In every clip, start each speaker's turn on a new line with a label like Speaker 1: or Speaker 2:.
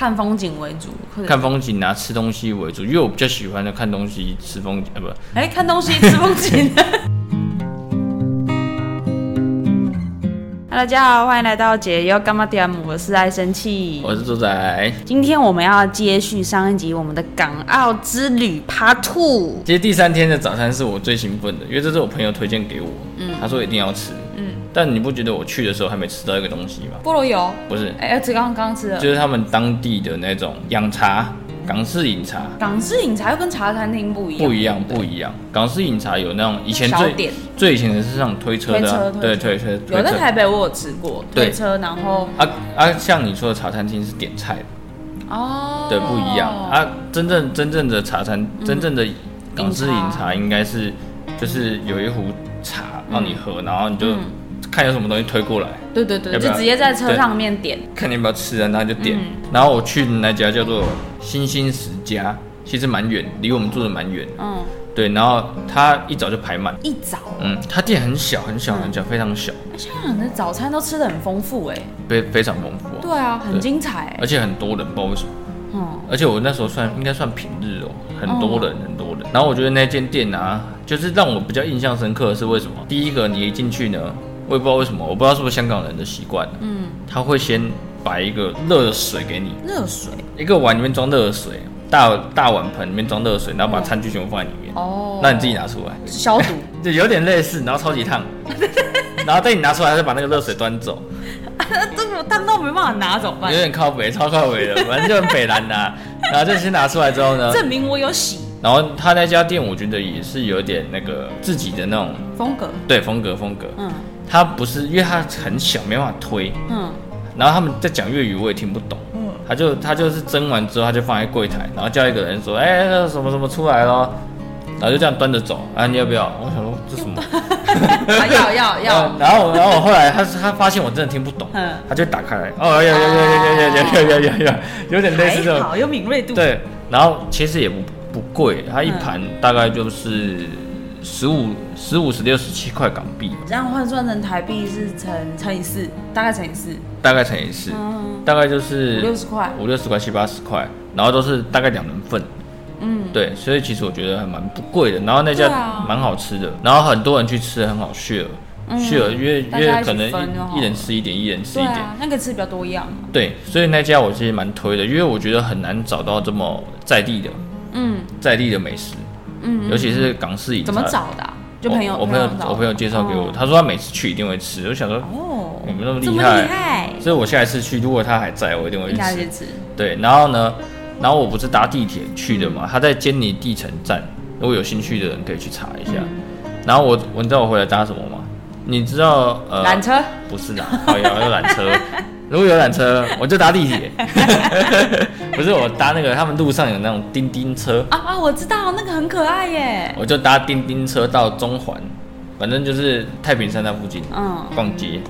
Speaker 1: 看风景为主，或者
Speaker 2: 看风景啊，吃东西为主，因为我比较喜欢的看东西、吃风景，呃，不，
Speaker 1: 哎、看东西吃风 景。Hello，大家好，欢迎来到解忧干嘛点，我是爱生气。
Speaker 2: 我是猪仔。
Speaker 1: 今天我们要接续上一集我们的港澳之旅 Part Two。
Speaker 2: 其实第三天的早餐是我最兴奋的，因为这是我朋友推荐给我，
Speaker 1: 嗯
Speaker 2: 他说一定要吃，但你不觉得我去的时候还没吃到一个东西吗？
Speaker 1: 菠萝油，
Speaker 2: 不是，
Speaker 1: 哎、这刚刚吃的。
Speaker 2: 就是他们当地的那种养茶，港式饮茶
Speaker 1: 港式饮茶又跟茶餐厅不一样，
Speaker 2: 不一样，不一样。港式饮茶有那种以前
Speaker 1: 小
Speaker 2: 最
Speaker 1: 点
Speaker 2: 最以前的是那种推车的啊，
Speaker 1: 推车
Speaker 2: 对，
Speaker 1: 推
Speaker 2: 推车，
Speaker 1: 有
Speaker 2: 推
Speaker 1: 在
Speaker 2: 车。
Speaker 1: 台北我有吃过
Speaker 2: 对
Speaker 1: 推车，然后
Speaker 2: 啊啊，像你说的茶餐厅是点菜的。
Speaker 1: 哦，嗯
Speaker 2: 对，不一样啊。真正真正的茶餐，真正的港式饮
Speaker 1: 饮
Speaker 2: 茶
Speaker 1: 茶
Speaker 2: 应该是就是有一壶茶让你喝，然后你就
Speaker 1: 嗯
Speaker 2: 看有什么东西推过来，
Speaker 1: 对对对，
Speaker 2: 要不
Speaker 1: 就
Speaker 2: 要
Speaker 1: 直接在车
Speaker 2: 对
Speaker 1: 上面点。
Speaker 2: 看你要不要吃啊，然后就
Speaker 1: 嗯
Speaker 2: 点。然后我去的那家叫做星星十家，其实蛮远，离我们住的蛮远。
Speaker 1: 嗯，
Speaker 2: 对，然后它一早就排满，
Speaker 1: 一早
Speaker 2: 嗯，它店很小很小
Speaker 1: 嗯
Speaker 2: 很小，非常小，
Speaker 1: 香港人的早餐都吃的很丰富哎、
Speaker 2: 非非常丰富、啊，
Speaker 1: 对啊，很
Speaker 2: 对
Speaker 1: 精彩、欸
Speaker 2: 而。且很多人，不知道为什么。
Speaker 1: 嗯，
Speaker 2: 而且我那时候算应该算平日哦，很多人、很多人。然后我觉得那间店啊，就是让我比较印象深刻的是为什么？第一个，你一进去呢，我也不知道为什么，我不知道是不是香港人的习惯，嗯，他会先摆一个热水给你，
Speaker 1: 热水
Speaker 2: 一个碗里面装热水，大大碗盆里面装热水，然后把餐具全部放在里面，
Speaker 1: 哦，
Speaker 2: 那你自己拿出来，
Speaker 1: 消毒
Speaker 2: 就有点类似，然后超级 烫，然后等你拿出来，他就把那个热水端走。
Speaker 1: 啊，这个烫到没办法拿怎么办
Speaker 2: 有？点靠北，超靠北的，反正就很北蓝呐、 然后就先拿出来之后呢，
Speaker 1: 证明我有洗
Speaker 2: 然后他那家店，我觉得也是有点那个自己的那种
Speaker 1: 风格。
Speaker 2: 对风格风格。
Speaker 1: 嗯
Speaker 2: 他不是因为他很小，没办法推。
Speaker 1: 嗯，
Speaker 2: 然后他们在讲粤语，我也听不懂。他就他就是蒸完之后，他就放在柜台，然后叫一个人说：“哎、那个什么什么出来咯。然后就这样端着走。啊，你要不要？我想说这什么？
Speaker 1: 啊要要要，
Speaker 2: 啊然后然后我后来他他发现我真的听不懂
Speaker 1: 嗯，
Speaker 2: 他就打开来，哦，要要要要要要要要要，有点类似这
Speaker 1: 还
Speaker 2: 种。
Speaker 1: 好有敏锐度。，
Speaker 2: 对，然后其实也不不贵，它一盘大概就是十五、十五、十六、十七块港币，
Speaker 1: 这样换算成台币是乘乘以四，大概乘以四，
Speaker 2: 大概乘以四，
Speaker 1: 嗯，
Speaker 2: 大概就
Speaker 1: 五六
Speaker 2: 是
Speaker 1: 十块。
Speaker 2: 五六十块、七八十块，然后都是大概两人份。嗯，对，所以其实我觉得还蛮不贵的，然后那家
Speaker 1: 对啊嗯
Speaker 2: 蛮好吃的，然后很多人去吃，很好 share share，因为因
Speaker 1: 大家
Speaker 2: 为
Speaker 1: 一起
Speaker 2: 可能
Speaker 1: 分就好
Speaker 2: 一一人吃一点，一人吃
Speaker 1: 对
Speaker 2: 一点，
Speaker 1: 啊，那个吃比较多样。
Speaker 2: 对，所以那家我其实蛮推的，因为我觉得很难找到这么在地的
Speaker 1: 嗯，
Speaker 2: 在地的美食，嗯，尤其是港式饮茶，
Speaker 1: 怎么找的啊？就朋友，
Speaker 2: 我我朋友
Speaker 1: 找的
Speaker 2: 我朋友介绍给我，他说他每次去一定会吃，我想说
Speaker 1: 哦，
Speaker 2: 我们那么
Speaker 1: 这
Speaker 2: 厉
Speaker 1: 么
Speaker 2: 害，
Speaker 1: 厉害，
Speaker 2: 所以我下一次去如果他还在，我一定会
Speaker 1: 应
Speaker 2: 去
Speaker 1: 该
Speaker 2: 吃
Speaker 1: 去。吃。
Speaker 2: 对，然后呢，然后我不是搭地铁去的嘛，他在坚尼地城站，如果有兴趣的人可以去查一下。
Speaker 1: 嗯
Speaker 2: 然后我我你知道我回来搭什么吗？你知道呃，
Speaker 1: 缆车，啊
Speaker 2: 不是啦，好有有缆车。如果有缆车，我就搭地铁。 不是我搭那个，他们路上有那种叮叮车，
Speaker 1: 啊啊，我知道那个很可爱耶。
Speaker 2: 我就搭叮叮车到中环，反正就是太平山那附近
Speaker 1: 嗯，
Speaker 2: 逛街。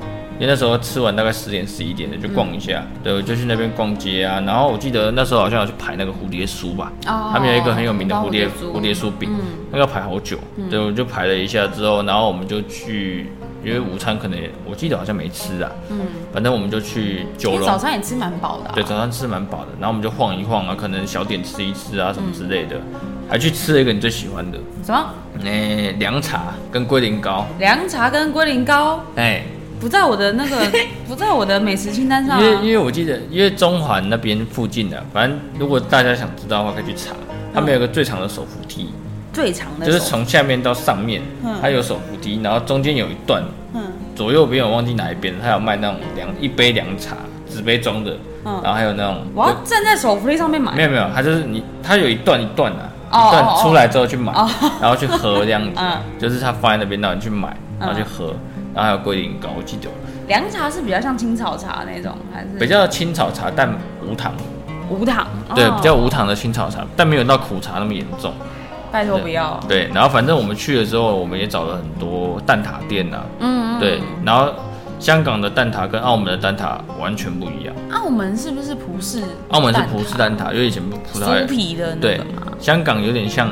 Speaker 2: 因为那时候吃完大概十点十一点的就逛一下，对，我就去那边逛街啊。然后我记得那时候好像有去排那个蝴蝶酥吧，
Speaker 1: 哦
Speaker 2: 他们有一个很有名的
Speaker 1: 我
Speaker 2: 蝴
Speaker 1: 知道
Speaker 2: 蝶
Speaker 1: 哦蝴蝶酥嗯
Speaker 2: 蝴蝶酥饼，那个排好久，对，我就排了一下之后，然后我们就去，因为午餐可能也我记得好像没吃啊，嗯，反正我们就去九
Speaker 1: 你
Speaker 2: 龙
Speaker 1: 早餐也吃蛮饱的啊。
Speaker 2: 对，早上吃蛮饱的，然后我们就晃一晃啊，可能小点吃一吃啊，什么之类的，
Speaker 1: 嗯
Speaker 2: 还去吃了一个你最喜欢的，
Speaker 1: 什么？
Speaker 2: 诶、凉茶跟龟苓膏，
Speaker 1: 凉茶跟龟苓膏
Speaker 2: 哎、
Speaker 1: 不在我的那个， 不在我的美食清单上、
Speaker 2: 因为因
Speaker 1: 啊。
Speaker 2: 为我记得，因为中环那边附近的、反正如果大家想知道的话，可以去查，他们有个最长的手扶梯，
Speaker 1: 最长的
Speaker 2: 就是
Speaker 1: 手
Speaker 2: 从下面到上面，它有手扶梯，然后中间有一段，
Speaker 1: 嗯
Speaker 2: 左右边我忘记哪一边，它有卖那种凉一杯凉茶，纸杯装的，
Speaker 1: 嗯
Speaker 2: 然后还有那种
Speaker 1: 我要站在手扶梯上面买。
Speaker 2: 没有没有，它就是你，它有一段一段的、
Speaker 1: 哦
Speaker 2: 一
Speaker 1: 哦
Speaker 2: 段
Speaker 1: 哦
Speaker 2: 出来之后去买，
Speaker 1: 哦
Speaker 2: 然后去喝这样子，
Speaker 1: 嗯
Speaker 2: 就是它放在那边，然后你去买，然后去喝，然后还有龟苓膏，我记得
Speaker 1: 凉茶是比较像青草茶那种，还是
Speaker 2: 比较青草茶，但无糖，
Speaker 1: 无糖？
Speaker 2: 对，
Speaker 1: 哦
Speaker 2: 比较无糖的青草茶，但没有到苦茶那么严重，
Speaker 1: 拜托不要。
Speaker 2: 对。然后反正我们去的时候，我们也找了很多蛋挞店啊呐、
Speaker 1: 嗯，嗯
Speaker 2: 对，然后香港的蛋挞跟澳门的蛋挞完全不一样，
Speaker 1: 澳门啊是不是葡式蛋挞？
Speaker 2: 澳啊门是葡式蛋挞，因为以前葡萄牙
Speaker 1: 酥皮的那
Speaker 2: 对
Speaker 1: 个嘛，
Speaker 2: 香港有点像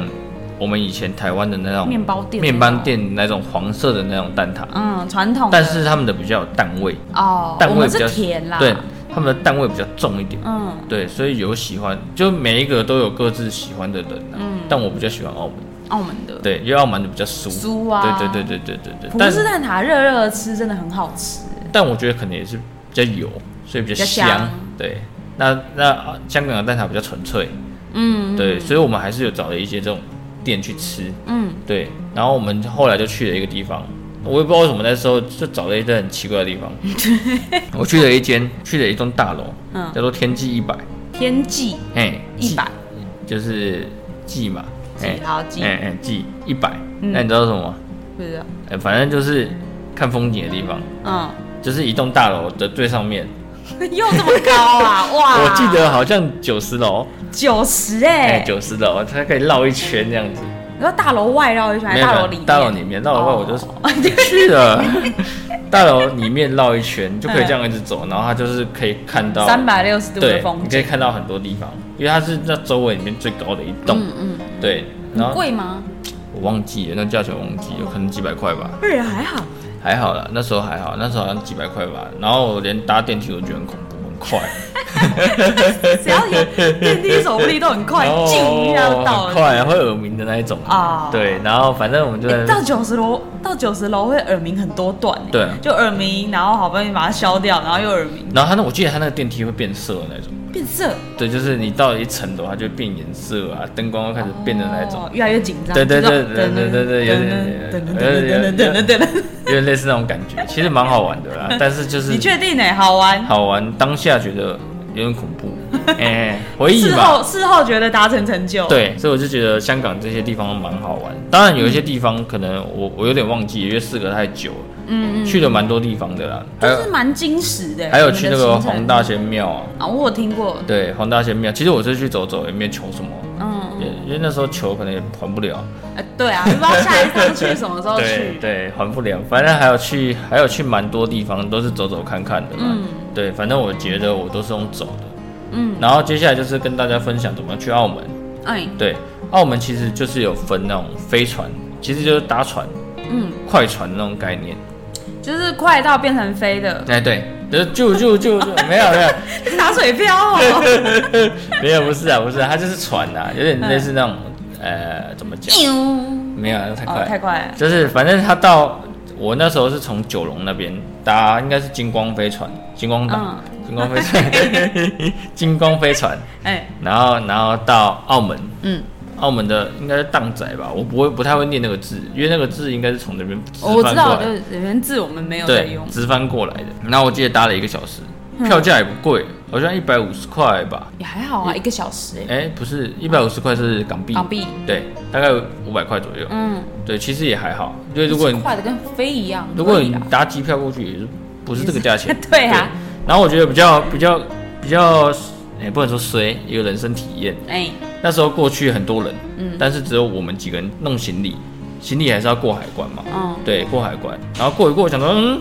Speaker 2: 我们以前台湾的那种
Speaker 1: 面包店那种
Speaker 2: 面包店那种黄色的那种蛋挞，
Speaker 1: 嗯，传统的。
Speaker 2: 但是他们的比较有蛋味，
Speaker 1: 哦，
Speaker 2: 蛋
Speaker 1: 我
Speaker 2: 味
Speaker 1: 们
Speaker 2: 比较
Speaker 1: 是甜啦。
Speaker 2: 对，他们的蛋味比较重一点。
Speaker 1: 嗯，
Speaker 2: 对，所以有喜欢，就每一个都有各自喜欢的人、啊。嗯，但我比较喜欢澳门，
Speaker 1: 澳门的
Speaker 2: 对，因为澳门的比较酥。
Speaker 1: 酥啊，
Speaker 2: 对对对对对对对。
Speaker 1: 葡
Speaker 2: 但
Speaker 1: 式蛋挞热热的吃真的很好吃，
Speaker 2: 但我觉得可能也是比较油，所以比较
Speaker 1: 比较
Speaker 2: 香。
Speaker 1: 香
Speaker 2: 对，那那啊香港的蛋挞比较纯粹。
Speaker 1: 嗯
Speaker 2: 对，所以我们还是有找了一些这种店去吃。
Speaker 1: 嗯，
Speaker 2: 对，然后我们后来就去了一个地方，我也不知道为什么那时候就找了一个很奇怪 的地方。我去了一间，去了一栋大楼，
Speaker 1: 嗯
Speaker 2: 叫做天际一百，
Speaker 1: 天际
Speaker 2: 哎，
Speaker 1: 一百
Speaker 2: 际就是季嘛，
Speaker 1: 几号季
Speaker 2: 哎哎季一百。
Speaker 1: 嗯
Speaker 2: 那你知道什么吗？
Speaker 1: 不知道，
Speaker 2: 哎，反正就是看风景的地方，
Speaker 1: 嗯，
Speaker 2: 就是一栋大楼的最上面。
Speaker 1: 又这么高 啊，哇，
Speaker 2: 我记得好像九十楼，
Speaker 1: 九十
Speaker 2: 哎，
Speaker 1: 哎，
Speaker 2: 九十楼，它可以绕一圈这样子。
Speaker 1: 你说大楼外绕一圈，还
Speaker 2: 没
Speaker 1: 是
Speaker 2: 有
Speaker 1: 哎大楼
Speaker 2: 没有
Speaker 1: 里面，
Speaker 2: 大楼里面，大楼外我就
Speaker 1: 哦
Speaker 2: 不去 了。大楼里面绕一圈就可以这样一直走，然后它就是可以看到
Speaker 1: 三百六十度的
Speaker 2: 对，
Speaker 1: 风
Speaker 2: 你可以
Speaker 1: 景，
Speaker 2: 看到很多地方，因为它是那周围里面最高的一栋。
Speaker 1: 嗯
Speaker 2: 对，
Speaker 1: 嗯，
Speaker 2: 然
Speaker 1: 很
Speaker 2: 后
Speaker 1: 贵吗？
Speaker 2: 我忘记了那价钱，我忘记了，有可能几百块吧，
Speaker 1: 贵啊还好，
Speaker 2: 还好啦，那时候还好，那时候好像几百块吧。然后我连搭电梯我都觉得很恐怖，很快，
Speaker 1: 只要有电梯手扶梯都很 快，
Speaker 2: 然后
Speaker 1: 进一下就到
Speaker 2: 哦很
Speaker 1: 了。
Speaker 2: 快会耳鸣的那一种
Speaker 1: 哦
Speaker 2: 对，然后反正我们就在
Speaker 1: 欸
Speaker 2: 那边
Speaker 1: 到九十楼，到九十楼会耳鸣很多段、欸，
Speaker 2: 对啊
Speaker 1: 就耳鸣，然后好不容易把它消掉，然后又耳鸣，
Speaker 2: 然后他那我记得他那个电梯会变色的那种。
Speaker 1: 变色，
Speaker 2: 对，就是你到一层楼，它就变颜色啊，灯光会开始变的那一种
Speaker 1: 哦，，越来越紧张，
Speaker 2: 对对
Speaker 1: 就
Speaker 2: 对
Speaker 1: 是
Speaker 2: 对对对对，有点
Speaker 1: 噔
Speaker 2: 有
Speaker 1: 噔噔噔
Speaker 2: 点
Speaker 1: 噔噔噔噔噔，
Speaker 2: 有点类似那种感觉，其实蛮好玩的啦， 但是就是
Speaker 1: 你确定哎、好玩。
Speaker 2: 好玩，当下觉得有点恐 怖，哎，回忆
Speaker 1: 事
Speaker 2: 吧
Speaker 1: 后。事后觉得达成成就，，
Speaker 2: 对，所以我就觉得香港这些地方蛮好玩。当然有一些地方可能我我有点忘记，因为事隔太久了，
Speaker 1: 嗯，
Speaker 2: 去了蛮多地方的啦。还
Speaker 1: 就是
Speaker 2: 有
Speaker 1: 蛮矜持的、
Speaker 2: 还有
Speaker 1: 你们
Speaker 2: 去
Speaker 1: 的
Speaker 2: 那个
Speaker 1: 行程
Speaker 2: 黄大仙庙啊，
Speaker 1: 啊，我有听过，
Speaker 2: 对，黄大仙庙。其实我是去走走，也没求什么，
Speaker 1: 嗯，
Speaker 2: 也因为那时候求可能也还不了。
Speaker 1: 呃对啊，不知道下一趟去什么时候
Speaker 2: 对
Speaker 1: 去，
Speaker 2: 对，还不了。反正还有去，还有去蛮多地方，都是走走看看的嘛。
Speaker 1: 嗯
Speaker 2: 对，反正我觉得我都是用走的。
Speaker 1: 嗯，
Speaker 2: 然后接下来就是跟大家分享怎么去澳门。
Speaker 1: 哎，
Speaker 2: 对，澳门其实就是有分那种飞船，其实就是搭船、
Speaker 1: 嗯，
Speaker 2: 快船那种概念。
Speaker 1: 就是快到变成飞的
Speaker 2: 哎，对，就是就就就就没有没有
Speaker 1: 打水漂哦，
Speaker 2: 没有，不是啊不是啊，它就是船啊，有
Speaker 1: 嗯
Speaker 2: 点类似那种、呃怎么讲？没有啊，那太快
Speaker 1: 哦
Speaker 2: 了，
Speaker 1: 太快 了，
Speaker 2: 就是反正他到我那时候是从九龙那边搭，应该是金光飞船，金光
Speaker 1: 嗯
Speaker 2: 岛，金光飞 船，金光飞船，
Speaker 1: 哎，
Speaker 2: 然后然后到澳门，
Speaker 1: 嗯，
Speaker 2: 澳门的应该是荡仔吧，我不会不太会念那个字，因为那个字应该是从那边直
Speaker 1: 我知
Speaker 2: 翻过
Speaker 1: 道，
Speaker 2: 来
Speaker 1: 就
Speaker 2: 的，
Speaker 1: 是有些字我们没有在
Speaker 2: 对
Speaker 1: 用，，
Speaker 2: 直翻过来的。然后我记得搭了一个小时，票价也不贵，好像一百五十块吧，
Speaker 1: 也还好啊，一个小时哎，
Speaker 2: 哎、不是一百五十块是港币，
Speaker 1: 港币，
Speaker 2: 对，大概五百块左右，
Speaker 1: 嗯，
Speaker 2: 对，其实也还好，因为如果你
Speaker 1: 快的跟飞一样，
Speaker 2: 如果你
Speaker 1: 可以啦？
Speaker 2: 搭机票过去，也是不是这个价钱
Speaker 1: 对啊
Speaker 2: 然后我觉得比较比较比较，哎、不能说衰，一个人生体验。
Speaker 1: 哎，
Speaker 2: 那时候过去很多人，嗯，但是只有我们几个人弄行李，行李还是要过海关嘛，
Speaker 1: 嗯，
Speaker 2: 对，过海关。然后过一过，我想说，嗯，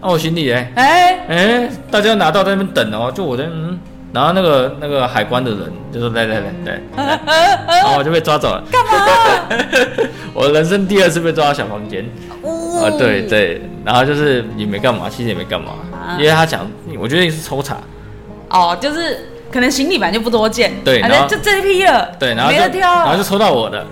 Speaker 2: 那、我行李哎、
Speaker 1: 哎，
Speaker 2: 哎、大家拿到在那边等哦，就我在嗯。然后那个那个海关的人就说来来来来，来 然后我就被抓走了。干嘛？ 我人生第二次被抓到小房间。啊、
Speaker 1: 哦
Speaker 2: 对，对，然后就是也没干嘛，其实也没干嘛，
Speaker 1: 啊
Speaker 2: 因为他讲，我觉得是抽查，
Speaker 1: 哦，就是可能行李本来就不多见，
Speaker 2: 对
Speaker 1: 反
Speaker 2: 然后
Speaker 1: 正就这一批了，
Speaker 2: 对，然后
Speaker 1: 没
Speaker 2: 就
Speaker 1: 得挑
Speaker 2: 然后就
Speaker 1: 了，
Speaker 2: 抽到我 的，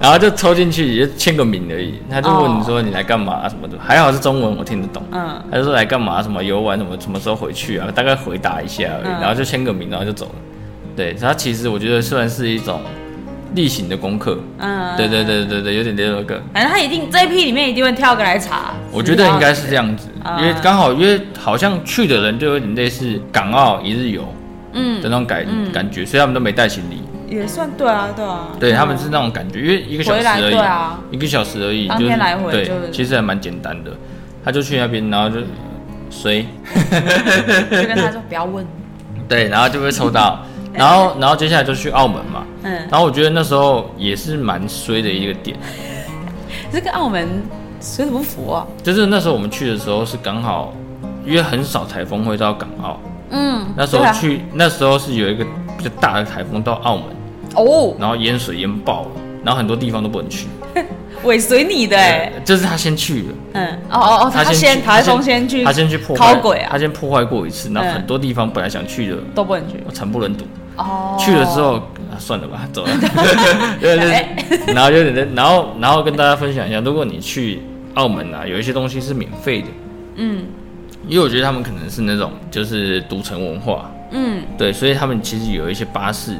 Speaker 2: 然后就抽进去，也就签个名而已。他就问你说你来干嘛、什么的，还好是中文，我听得懂。
Speaker 1: 嗯，
Speaker 2: 他就说来干嘛，什么游玩，什么什么时候回去啊，大概回答一下而已，
Speaker 1: 嗯
Speaker 2: 然后就签个名，然后就走了。对，他其实我觉得算是一种例行的功课。
Speaker 1: 嗯，
Speaker 2: 对对对对对，有点这个。
Speaker 1: 反正他一定这一批里面一定会挑个来查，
Speaker 2: 我觉得应该是这样子，
Speaker 1: 啊
Speaker 2: 因为刚好因为好像去的人就有点类似港澳一日游的
Speaker 1: 嗯，
Speaker 2: 那种感、感觉，所以他们都没带行李。
Speaker 1: 也算对啊，对啊，
Speaker 2: 对、
Speaker 1: 嗯
Speaker 2: 他们是那种感觉，因为一个小时
Speaker 1: 回来
Speaker 2: 而已，
Speaker 1: 对啊
Speaker 2: 一个小时而已，
Speaker 1: 当
Speaker 2: 就
Speaker 1: 天
Speaker 2: 是
Speaker 1: 来回就
Speaker 2: 对，
Speaker 1: 是
Speaker 2: 其实还蛮简单的。他就去那边，然后就随
Speaker 1: 就跟他说不要问，
Speaker 2: 对，然后就被 抽到，然后然后接下来就去澳门嘛。
Speaker 1: 嗯，
Speaker 2: 然后我觉得那时候也是蛮衰的一个点，
Speaker 1: 这个澳门水土不服啊，
Speaker 2: 就是那时候我们去的时候是刚好，因为很少台风会到港澳，
Speaker 1: 嗯，
Speaker 2: 那时候
Speaker 1: 对啊
Speaker 2: 去、那时候是有一个比较大的台风到澳门，
Speaker 1: 哦，
Speaker 2: 然后淹水淹爆了，然后很多地方都不能去。呃
Speaker 1: 尾随你的哎、
Speaker 2: 就是他先去了，
Speaker 1: 嗯，哦哦哦，他
Speaker 2: 先
Speaker 1: 先
Speaker 2: 去
Speaker 1: 台风先去，
Speaker 2: 他先去破
Speaker 1: 考
Speaker 2: 坏
Speaker 1: 鬼啊
Speaker 2: 他先破坏过一次，然后
Speaker 1: 嗯
Speaker 2: 很多地方本来想去的，
Speaker 1: 都不能去
Speaker 2: 惨不忍睹。
Speaker 1: 哦。
Speaker 2: 去了之后，啊、算了吧， 走了。
Speaker 1: 哎
Speaker 2: 对
Speaker 1: 啊
Speaker 2: 就是， 然后就点，然后然后跟大家分享一下，如果你去澳门啊，有一些东西是免费的，嗯，因为我觉得他们可能是那种就是赌城文化，
Speaker 1: 嗯，
Speaker 2: 对，所以他们其实有一些巴士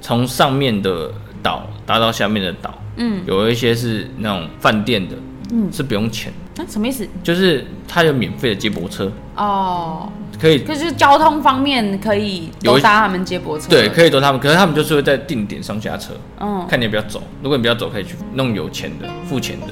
Speaker 2: 从上面的岛搭到下面的岛，嗯，有一些是那种饭店的，嗯，是不用钱的，
Speaker 1: 那、什么意思？
Speaker 2: 就是它有免费的接驳车，
Speaker 1: 哦，
Speaker 2: 可以
Speaker 1: 可是交通方面可以
Speaker 2: 有
Speaker 1: 都
Speaker 2: 一
Speaker 1: 搭他们接驳车，
Speaker 2: 对，可以都他们，可是他们就是会在定点上下车，
Speaker 1: 嗯
Speaker 2: 看你要不要走。如果你不要走，可以去弄有钱的、付钱的。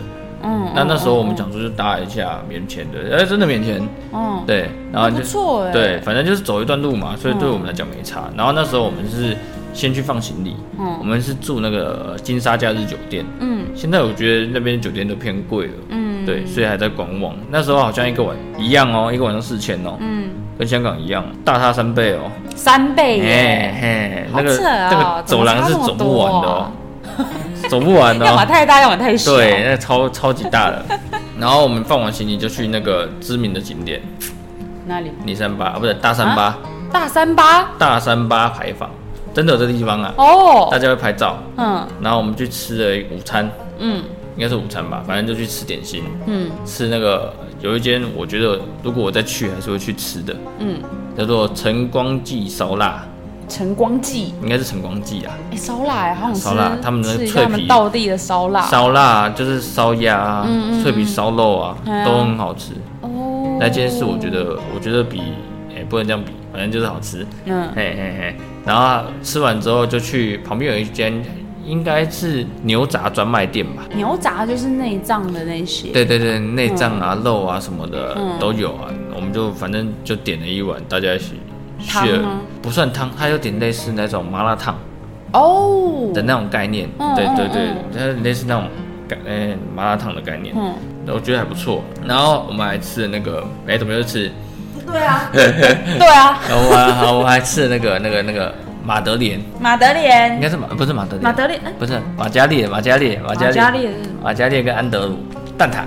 Speaker 1: 嗯，
Speaker 2: 那那时候我们讲说就搭一下免钱的，哎、真的免钱，
Speaker 1: 嗯，
Speaker 2: 对，然后
Speaker 1: 那
Speaker 2: 就
Speaker 1: 不错嗯哎、
Speaker 2: 啊对，，反正就是走一段路嘛，所以对我们来讲没差。然后那时候我们是先去放行李，我们是住那个呃金沙假日酒店，
Speaker 1: 嗯，
Speaker 2: 现在我觉得那边酒店都偏贵了，嗯，对，所以还在观望。那时候好像一个晚一样哦，一个晚上四千哦，嗯，跟香港一样，大它三倍哦，
Speaker 1: 三倍欸耶、
Speaker 2: 哎嘿，那个
Speaker 1: 好扯哦
Speaker 2: 那个走廊是走不完的哦， 走不完的
Speaker 1: 要么
Speaker 2: 哦，
Speaker 1: 啊太大，要么太小。
Speaker 2: 对，，那个超超级大的。然后我们放完行李就去那个知名的景点，
Speaker 1: 哪里？
Speaker 2: 泥三八啊不是大三八，
Speaker 1: 大三巴
Speaker 2: 大三八牌坊，真的有这个地方啊，大
Speaker 1: 哦，
Speaker 2: 家会拍照。
Speaker 1: 嗯
Speaker 2: 然后我们去吃了午餐，
Speaker 1: 嗯
Speaker 2: 应该是午餐吧，反正就去吃点心，
Speaker 1: 嗯
Speaker 2: 吃那个有一间我觉得如果我再去还是会去吃的，
Speaker 1: 嗯，
Speaker 2: 叫做晨光记烧腊，
Speaker 1: 晨光记，
Speaker 2: 应该是晨光记啊。
Speaker 1: 哎，烧腊哎好想吃
Speaker 2: 烧腊他们那个
Speaker 1: 吃一
Speaker 2: 脆
Speaker 1: 下
Speaker 2: 皮
Speaker 1: 他们道地的烧腊
Speaker 2: 烧腊啊就是烧鸭啊、脆皮烧肉啊，
Speaker 1: 嗯
Speaker 2: 都很好吃。
Speaker 1: 哦
Speaker 2: 那间是我觉得，我觉得比，哎、不能这样比，反正就是好吃。
Speaker 1: 嗯
Speaker 2: 嘿嘿嘿。然后吃完之后就去旁边有一间，应该是牛杂专卖店吧？
Speaker 1: 牛杂就是内脏的那些，
Speaker 2: 对对对，内脏啊、肉啊什么的、
Speaker 1: 嗯
Speaker 2: 都有啊。我们就反正就点了一碗，大家一起。
Speaker 1: 汤
Speaker 2: share
Speaker 1: 吗
Speaker 2: 不算汤，它有点类似那种麻辣烫
Speaker 1: 哦，
Speaker 2: 的那种概念，
Speaker 1: 嗯
Speaker 2: 对
Speaker 1: 嗯
Speaker 2: 对对
Speaker 1: 嗯，
Speaker 2: 它类似那种概，嗯、麻辣烫的概念。
Speaker 1: 嗯，
Speaker 2: 我觉得还不错。然后我们还吃了那个，哎、怎么又吃？
Speaker 1: 对 啊，对啊，
Speaker 2: 然后我还 好，我还吃了那个那个那个马德莲，
Speaker 1: 马德
Speaker 2: 应
Speaker 1: 莲，
Speaker 2: 该是马不是马德莲，
Speaker 1: 马德莲，哎
Speaker 2: 不是马加列马加列马加列
Speaker 1: 马加列是
Speaker 2: 马加列跟安德鲁蛋挞，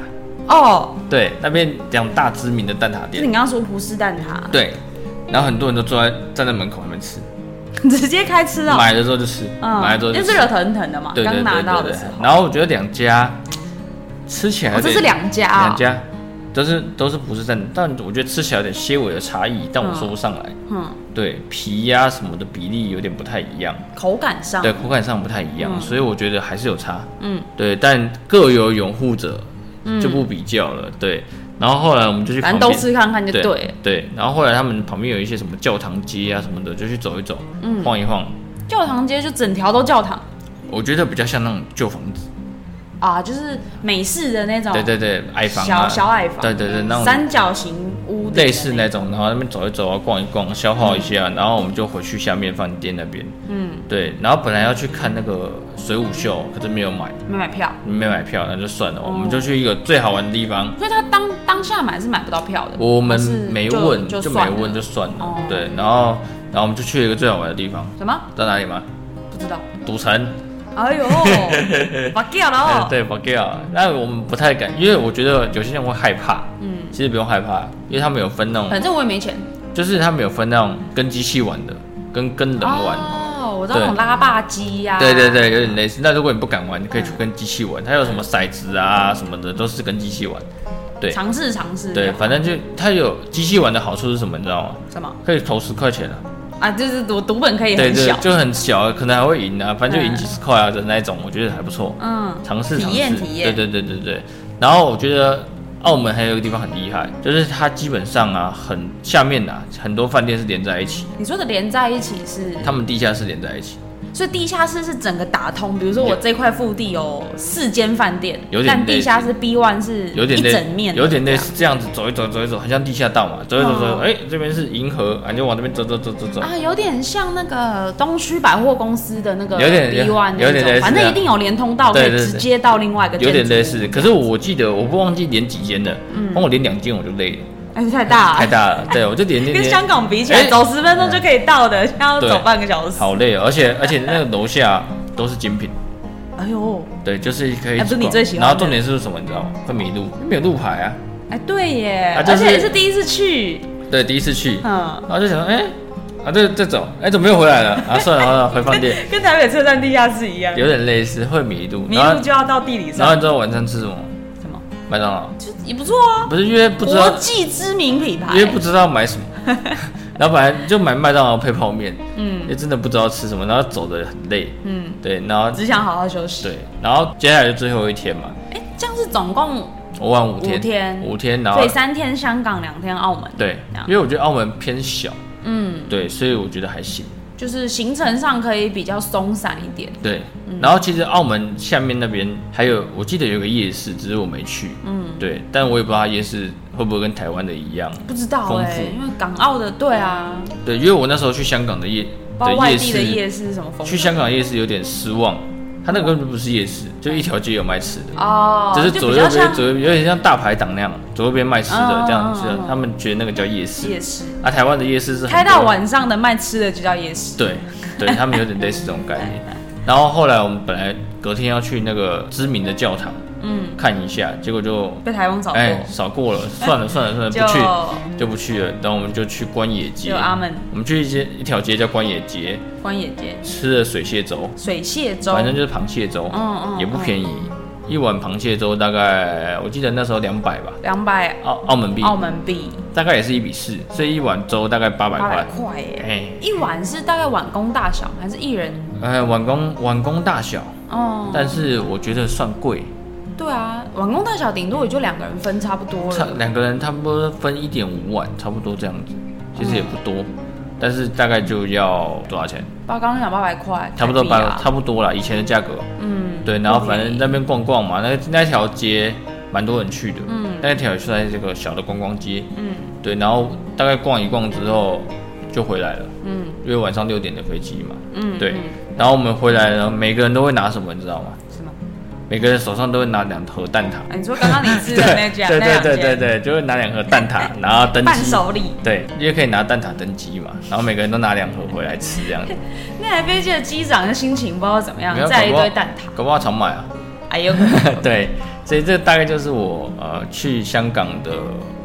Speaker 1: 哦，
Speaker 2: 对，那边两大知名的蛋挞
Speaker 1: 就
Speaker 2: 店
Speaker 1: 你，刚刚说葡式蛋挞，
Speaker 2: 对。然后很多人都坐在站在门口那边吃，
Speaker 1: 直接开吃哦，
Speaker 2: 买了之后就吃，买了之后就
Speaker 1: 就
Speaker 2: 吃
Speaker 1: 是，热腾腾的嘛，
Speaker 2: 对对
Speaker 1: 刚拿
Speaker 2: 对
Speaker 1: 到
Speaker 2: 对
Speaker 1: 的
Speaker 2: 对
Speaker 1: 时。候，
Speaker 2: 然后我觉得两家吃起来有
Speaker 1: 哦，这
Speaker 2: 点
Speaker 1: 是两家啊，
Speaker 2: 两家都是都是不是蛋，但我觉得吃起来有点些微的差异，但我说不上来。
Speaker 1: 嗯，
Speaker 2: 对皮呀、什么的比例有点不太一样，
Speaker 1: 口感上，
Speaker 2: 对口感上不太一样，所以我觉得还是有差。
Speaker 1: 啊嗯，
Speaker 2: 对，但各有拥护者，就不比较了。对，然后后来我们就去
Speaker 1: 反
Speaker 2: 旁
Speaker 1: 正
Speaker 2: 边，
Speaker 1: 都吃看看就
Speaker 2: 对
Speaker 1: 对了。
Speaker 2: 对，然后后来他们旁边有一些什么教堂街啊什么的，就去走一走，
Speaker 1: 嗯
Speaker 2: 晃一晃。
Speaker 1: 教堂街就整条都教堂
Speaker 2: 我觉得比较像那种旧房子，
Speaker 1: 啊，就是美式的那种，
Speaker 2: 对对对，矮房
Speaker 1: 哦小
Speaker 2: 啊，
Speaker 1: 小矮房，
Speaker 2: 对对对，那种
Speaker 1: 三角形屋顶的
Speaker 2: 类似那种，然后那边走一走啊，逛一逛，消耗一下，然后我们就回去下面饭店那边。嗯，对，然后本来要去看那个水舞秀，可是没有买，
Speaker 1: 没买票，
Speaker 2: 没买票，那就算了，我们就去一个最好玩的地方。
Speaker 1: 所以他当当下买是买不到票的，
Speaker 2: 我们
Speaker 1: 还哦是
Speaker 2: 没
Speaker 1: 就
Speaker 2: 问，
Speaker 1: 就
Speaker 2: 就
Speaker 1: 算
Speaker 2: 没
Speaker 1: 了
Speaker 2: 问就算了
Speaker 1: 哦。
Speaker 2: 对，然后然后我们就去了一个最好玩的地方，
Speaker 1: 什么
Speaker 2: 在哪里吗？
Speaker 1: 不知道，
Speaker 2: 赌城。
Speaker 1: 哎呦， 把掉了
Speaker 2: 哎
Speaker 1: 哦，
Speaker 2: 对 b o g a 那我们不太敢，因为我觉得有些人会害怕。嗯，其实不用害怕，因为他们有分那种，
Speaker 1: 反正我也没钱
Speaker 2: 就是他们有分那种跟机器玩的，跟跟人玩。
Speaker 1: 哦，我知道那种
Speaker 2: 对
Speaker 1: 拉霸机呀，
Speaker 2: 对对，对，有点类似。那如果你不敢玩，你可以去跟机器玩，它有什么骰子啊什么的，都是跟机器玩。对
Speaker 1: 尝试尝试，
Speaker 2: 对，反正就它有机器玩的好处是什么，你知道吗？
Speaker 1: 什么
Speaker 2: 可以投十块钱啊，
Speaker 1: 啊，就是我读本可以
Speaker 2: 对
Speaker 1: 很
Speaker 2: 对
Speaker 1: 小，，
Speaker 2: 就很小，可能还会赢啊，反正就赢
Speaker 1: 嗯
Speaker 2: 几十块啊的那一种，我觉得还不错，
Speaker 1: 嗯，
Speaker 2: 尝试
Speaker 1: 体
Speaker 2: 尝
Speaker 1: 验
Speaker 2: 试。
Speaker 1: 体
Speaker 2: 对
Speaker 1: 验
Speaker 2: 对对对对。然后我觉得澳门还有一个地方很厉害，就是它基本上啊，很下面啊，很多饭店是连在一起，
Speaker 1: 你说的连在一起是
Speaker 2: 他们地下室连在一起。
Speaker 1: 所以地下室是整个打通，比如说我这块腹地有四间饭店，
Speaker 2: 有点
Speaker 1: 但
Speaker 2: 类
Speaker 1: 地
Speaker 2: 似
Speaker 1: 下室 B one 是
Speaker 2: 有点
Speaker 1: 一
Speaker 2: 类
Speaker 1: 整面的，
Speaker 2: 有点类似这样子走一走走一走，很像地下道嘛，走一走走一走，哎、这边是银河，啊，你就往那边走走走走走
Speaker 1: 这，样啊，有点像那个东区百货公司的那个
Speaker 2: 有点
Speaker 1: B one，
Speaker 2: 有点类似
Speaker 1: 反正一定有连通道可以
Speaker 2: 对对对
Speaker 1: 直接到另外一个，
Speaker 2: 有点类，似。可是我记得我不忘记连几间了，
Speaker 1: 嗯
Speaker 2: 帮我连两间我就累了，
Speaker 1: 哎，太大了，
Speaker 2: 太大 了，对我就连连
Speaker 1: 跟
Speaker 2: 连，
Speaker 1: 香港比起来，
Speaker 2: 哎
Speaker 1: 走十分钟就可以到的，现在要
Speaker 2: 对
Speaker 1: 走半个小时，
Speaker 2: 好累、哦，而且而且那个楼下都是精品，
Speaker 1: 哎呦，
Speaker 2: 对，就是可以
Speaker 1: 哎
Speaker 2: 走。
Speaker 1: 不是你最喜欢的
Speaker 2: 然后重点是什么？你知道吗？会迷路，没有路牌啊。
Speaker 1: 哎，对耶，
Speaker 2: 啊就是
Speaker 1: 而且也是第一次去，
Speaker 2: 对，第一次去，
Speaker 1: 嗯，
Speaker 2: 然后就想说，哎、啊，这这走，哎、怎么又回来了？啊，算了，算了，回 饭店，
Speaker 1: 跟台北车站地下室一样，
Speaker 2: 有点类似，会迷路。
Speaker 1: 迷
Speaker 2: 然
Speaker 1: 路
Speaker 2: 后，
Speaker 1: 就要到地理
Speaker 2: 然后
Speaker 1: 上，
Speaker 2: 你知道晚餐吃什么？
Speaker 1: 什么？
Speaker 2: 麦当劳，
Speaker 1: 就也不错啊，
Speaker 2: 不是因为不知
Speaker 1: 国
Speaker 2: 道，
Speaker 1: 际知名品牌
Speaker 2: 因，为不知道 买什么，然后本来就买麦当劳配泡面，嗯，也真的不知道吃什么，然后走的很累，
Speaker 1: 嗯，
Speaker 2: 对，然后
Speaker 1: 只想好好休息。
Speaker 2: 对，然后接下来就最后一天嘛，
Speaker 1: 哎，这样是总共，
Speaker 2: 我玩五天，
Speaker 1: 五天
Speaker 2: 五天，然后
Speaker 1: 所以三天香港，两天澳门，，
Speaker 2: 对
Speaker 1: 这样，
Speaker 2: 因为我觉得澳门偏小，
Speaker 1: 嗯，
Speaker 2: 对，所以我觉得还行。
Speaker 1: 就是行程上可以比较松散一点，
Speaker 2: 对，
Speaker 1: 嗯
Speaker 2: 然后其实澳门下面那边还有，我记得有个夜市，只是我没去。嗯，对，但我也不知道它夜市会不会跟台湾的一样。
Speaker 1: 不知道
Speaker 2: 丰
Speaker 1: 哎、
Speaker 2: 富
Speaker 1: 因为港澳的，对啊，
Speaker 2: 对，因为我那时候去香港的夜
Speaker 1: 包括外
Speaker 2: 夜
Speaker 1: 地的
Speaker 2: 市，
Speaker 1: 夜市是什么风
Speaker 2: 去香港夜市有点失望，它那个根本就不是夜市，就一条街有卖吃的，
Speaker 1: 哦，
Speaker 2: 只是
Speaker 1: 就
Speaker 2: 左
Speaker 1: 比
Speaker 2: 右
Speaker 1: 较
Speaker 2: 边
Speaker 1: 像
Speaker 2: 左右边有点像大排档那样，左右边卖吃的
Speaker 1: 嗯
Speaker 2: 这样子
Speaker 1: 嗯嗯嗯，
Speaker 2: 他们觉得那个叫夜市。
Speaker 1: 夜市，
Speaker 2: 啊，台湾的夜市是很
Speaker 1: 开到
Speaker 2: 多
Speaker 1: 晚上的卖吃的就叫夜市，
Speaker 2: 对，对他们有点类似这种 概念。然后后来我们本来隔天要去那个知名的教堂，嗯，看一下，结果就
Speaker 1: 被台风扫过，
Speaker 2: 哎扫过了，算了算了算了，
Speaker 1: 就
Speaker 2: 不去就不去了。然后我们就去关野街
Speaker 1: 就，啊阿门
Speaker 2: 我们去一街一条街叫关野街，
Speaker 1: 关野街
Speaker 2: 吃了水蟹粥，
Speaker 1: 水蟹粥，
Speaker 2: 反正就是螃蟹粥，
Speaker 1: 嗯嗯
Speaker 2: 也不便宜，一碗螃蟹粥大概我记得那时候两百吧，
Speaker 1: 嗯两百
Speaker 2: 澳澳门币，
Speaker 1: 澳门币
Speaker 2: 大概也是一比四，所以一碗粥大概八百
Speaker 1: 八百
Speaker 2: 块，
Speaker 1: 块耶，
Speaker 2: 哎
Speaker 1: 一碗是大概碗公大小，还是一人？
Speaker 2: 哎，碗工碗工大小。
Speaker 1: 哦，
Speaker 2: 但是我觉得算贵，
Speaker 1: 对啊，碗公大小顶多也就两个人分差不多
Speaker 2: 差
Speaker 1: 了，
Speaker 2: 两个人差不多分一点五碗，差不多这样子，其实也不多，
Speaker 1: 嗯
Speaker 2: 但是大概就要多少钱？
Speaker 1: 八刚刚讲八百块，
Speaker 2: 差不多
Speaker 1: 台币啊，
Speaker 2: 吧，差不多啦，以前的价格。
Speaker 1: 嗯，
Speaker 2: 对，然后反正那边逛逛嘛，那那条街蛮多人去的，嗯，那条也算这个小的观光街，
Speaker 1: 嗯，
Speaker 2: 对，然后大概逛一逛之后就回来了，
Speaker 1: 嗯，
Speaker 2: 因为晚上六点的飞机嘛，
Speaker 1: 嗯，
Speaker 2: 对
Speaker 1: 嗯，
Speaker 2: 然后我们回来了，每个人都会拿什么，你知道吗？
Speaker 1: 什么？
Speaker 2: 每个人手上都会拿两盒蛋挞。
Speaker 1: 啊你说刚刚你吃的那家
Speaker 2: 对
Speaker 1: 那
Speaker 2: 对
Speaker 1: 两
Speaker 2: 对对
Speaker 1: 间
Speaker 2: 对，就是拿两盒 蛋挞，然后登
Speaker 1: 伴
Speaker 2: 机。
Speaker 1: 手礼，
Speaker 2: 对，因为可以拿蛋挞登机嘛，然后每个人都拿两盒回来吃这 样子。
Speaker 1: 那台飞机的机长的心情不知道怎么样
Speaker 2: 没有，
Speaker 1: 载了一
Speaker 2: 搞不好
Speaker 1: 堆蛋挞，
Speaker 2: 搞不好常买啊。
Speaker 1: 哎呦，
Speaker 2: 对，所以这大概就是我呃去香港的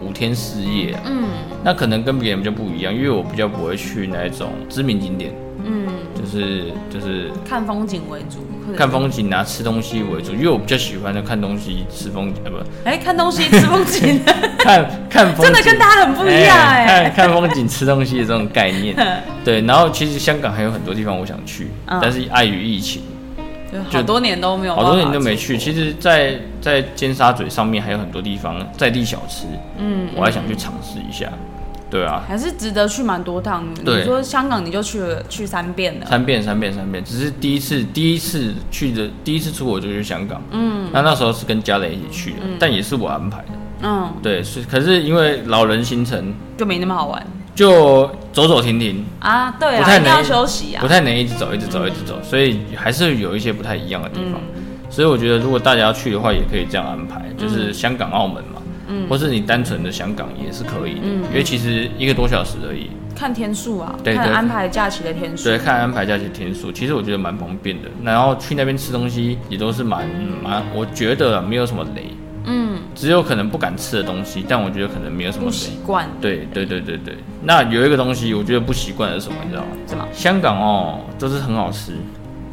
Speaker 2: 五天四夜、啊。
Speaker 1: 嗯
Speaker 2: 那可能跟别人就不一样，因为我比较不会去那种知名景点，
Speaker 1: 嗯，
Speaker 2: 就是就是
Speaker 1: 看风景为主，或者
Speaker 2: 看风景啊、吃东西为主，因为我比较喜欢的看东西、吃风景，呃不，
Speaker 1: 哎看东西吃风景，
Speaker 2: 看看风景。
Speaker 1: 真的跟大家很不一样哎，
Speaker 2: 看看风景、吃东西的这种 概念。对，然后其实香港还有很多地方我想去，
Speaker 1: 嗯
Speaker 2: 但是碍于疫情，
Speaker 1: 就好多年都没有，
Speaker 2: 好多年都没去。。其实在，在尖沙咀上面还有很多地方在地小吃，
Speaker 1: 嗯，
Speaker 2: 我还想去尝试一下。对啊，
Speaker 1: 还是值得去蛮多趟。你
Speaker 2: 对
Speaker 1: 说香港你就去了去三遍了，
Speaker 2: 三遍三遍三遍，只是第一次第一次去的第一次出国就去香港，嗯，那那时候是跟家人一起去的，但也是我安排的。
Speaker 1: 嗯，
Speaker 2: 对，是可是因为老人行程
Speaker 1: 就没那么好玩
Speaker 2: 就走走停停，
Speaker 1: 啊。对
Speaker 2: 不
Speaker 1: 啊，
Speaker 2: 太
Speaker 1: 一定要
Speaker 2: 能
Speaker 1: 休息啊
Speaker 2: 不。太能一直走，一直走，一直走，所以还是有一些不太一样的地方。
Speaker 1: 嗯
Speaker 2: 所以我觉得，如果大家要去的话，也可以这样安排，就是
Speaker 1: 嗯
Speaker 2: 香港、澳门嘛，或是你单纯的香港也是可以的，
Speaker 1: 嗯
Speaker 2: 因为其实一个多小时而已。
Speaker 1: 看天数啊，
Speaker 2: 对
Speaker 1: 看
Speaker 2: 对
Speaker 1: 安排假期的天数
Speaker 2: 所以。看安排假期天数，其实我觉得蛮方便的。然后去那边吃东西也都是蛮蛮，我觉得没有什么雷，
Speaker 1: 嗯，
Speaker 2: 只有可能不敢吃的东西，但我觉得可能没有什么
Speaker 1: 不
Speaker 2: 雷
Speaker 1: 习。惯
Speaker 2: 对对对对对，那有一个东西我觉得不习惯的是什么，你知道吗？
Speaker 1: 什么
Speaker 2: 香港哦，就是很好吃，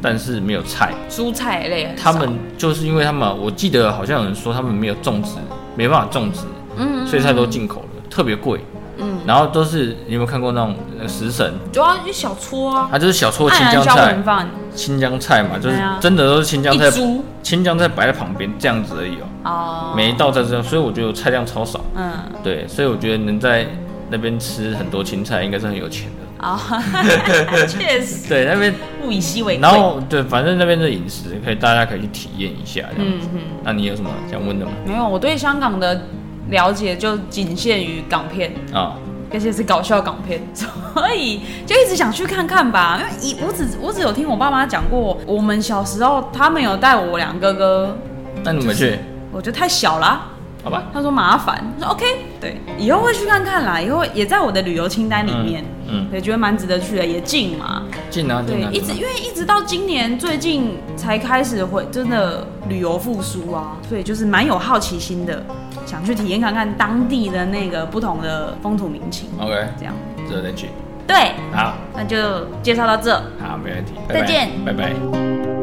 Speaker 2: 但是没有菜。
Speaker 1: 蔬菜类很少，
Speaker 2: 他们就是因为他们，我记得好像有人说他们没有种植，没办法种植，嗯，所以菜都进口了，特别贵，嗯，然后都是你有没有看过那种呃食神，
Speaker 1: 主要一小撮啊，
Speaker 2: 它就是小撮
Speaker 1: 黯
Speaker 2: 青
Speaker 1: 然
Speaker 2: 江
Speaker 1: 销
Speaker 2: 菜
Speaker 1: 魂，饭
Speaker 2: 青江菜嘛，就是
Speaker 1: 对啊
Speaker 2: 真的都是青江
Speaker 1: 一
Speaker 2: 菜，
Speaker 1: 株
Speaker 2: 青江菜摆在旁边这样子而已哦，
Speaker 1: 哦，
Speaker 2: 每一道菜这样，所以我觉得我菜量超少，
Speaker 1: 嗯
Speaker 2: 对，所以我觉得能在那边吃很多青菜，应该是很有钱的，
Speaker 1: 啊，确实
Speaker 2: 对，那边
Speaker 1: 物以稀为贵。
Speaker 2: 然后对，反正那边的饮食可以大家可以去体验一下这样
Speaker 1: 嗯
Speaker 2: 子。那你有什么想问的吗？
Speaker 1: 没有，我对香港的了解就仅限于港片，
Speaker 2: 啊、
Speaker 1: 而且是搞笑港片， 所以就一直想去看看吧。因为一我只我只有听我爸妈讲过，我们小时候他们有带我两哥哥，
Speaker 2: 那你们去？
Speaker 1: 我觉得太小啦、啊
Speaker 2: 好吧？
Speaker 1: 他说麻烦，我说 OK，对，以后会去看看啦，以后也在我的旅游清单里面，
Speaker 2: 嗯，
Speaker 1: 对，觉得蛮值得去的，也近嘛，
Speaker 2: 进啊
Speaker 1: 对
Speaker 2: 进啊，，
Speaker 1: 一
Speaker 2: 进
Speaker 1: 直
Speaker 2: 啊
Speaker 1: 因为一直到今年最近才开始会真的旅游复苏啊，所以就是蛮有好奇心的，想去体验看看当地的那个不同的风土民情，
Speaker 2: 啊，OK，
Speaker 1: 这样，
Speaker 2: 这再去，
Speaker 1: 对，
Speaker 2: 好，
Speaker 1: 那就介绍到这。
Speaker 2: 好，没问题，拜拜
Speaker 1: 再见
Speaker 2: 拜拜。
Speaker 1: 拜拜。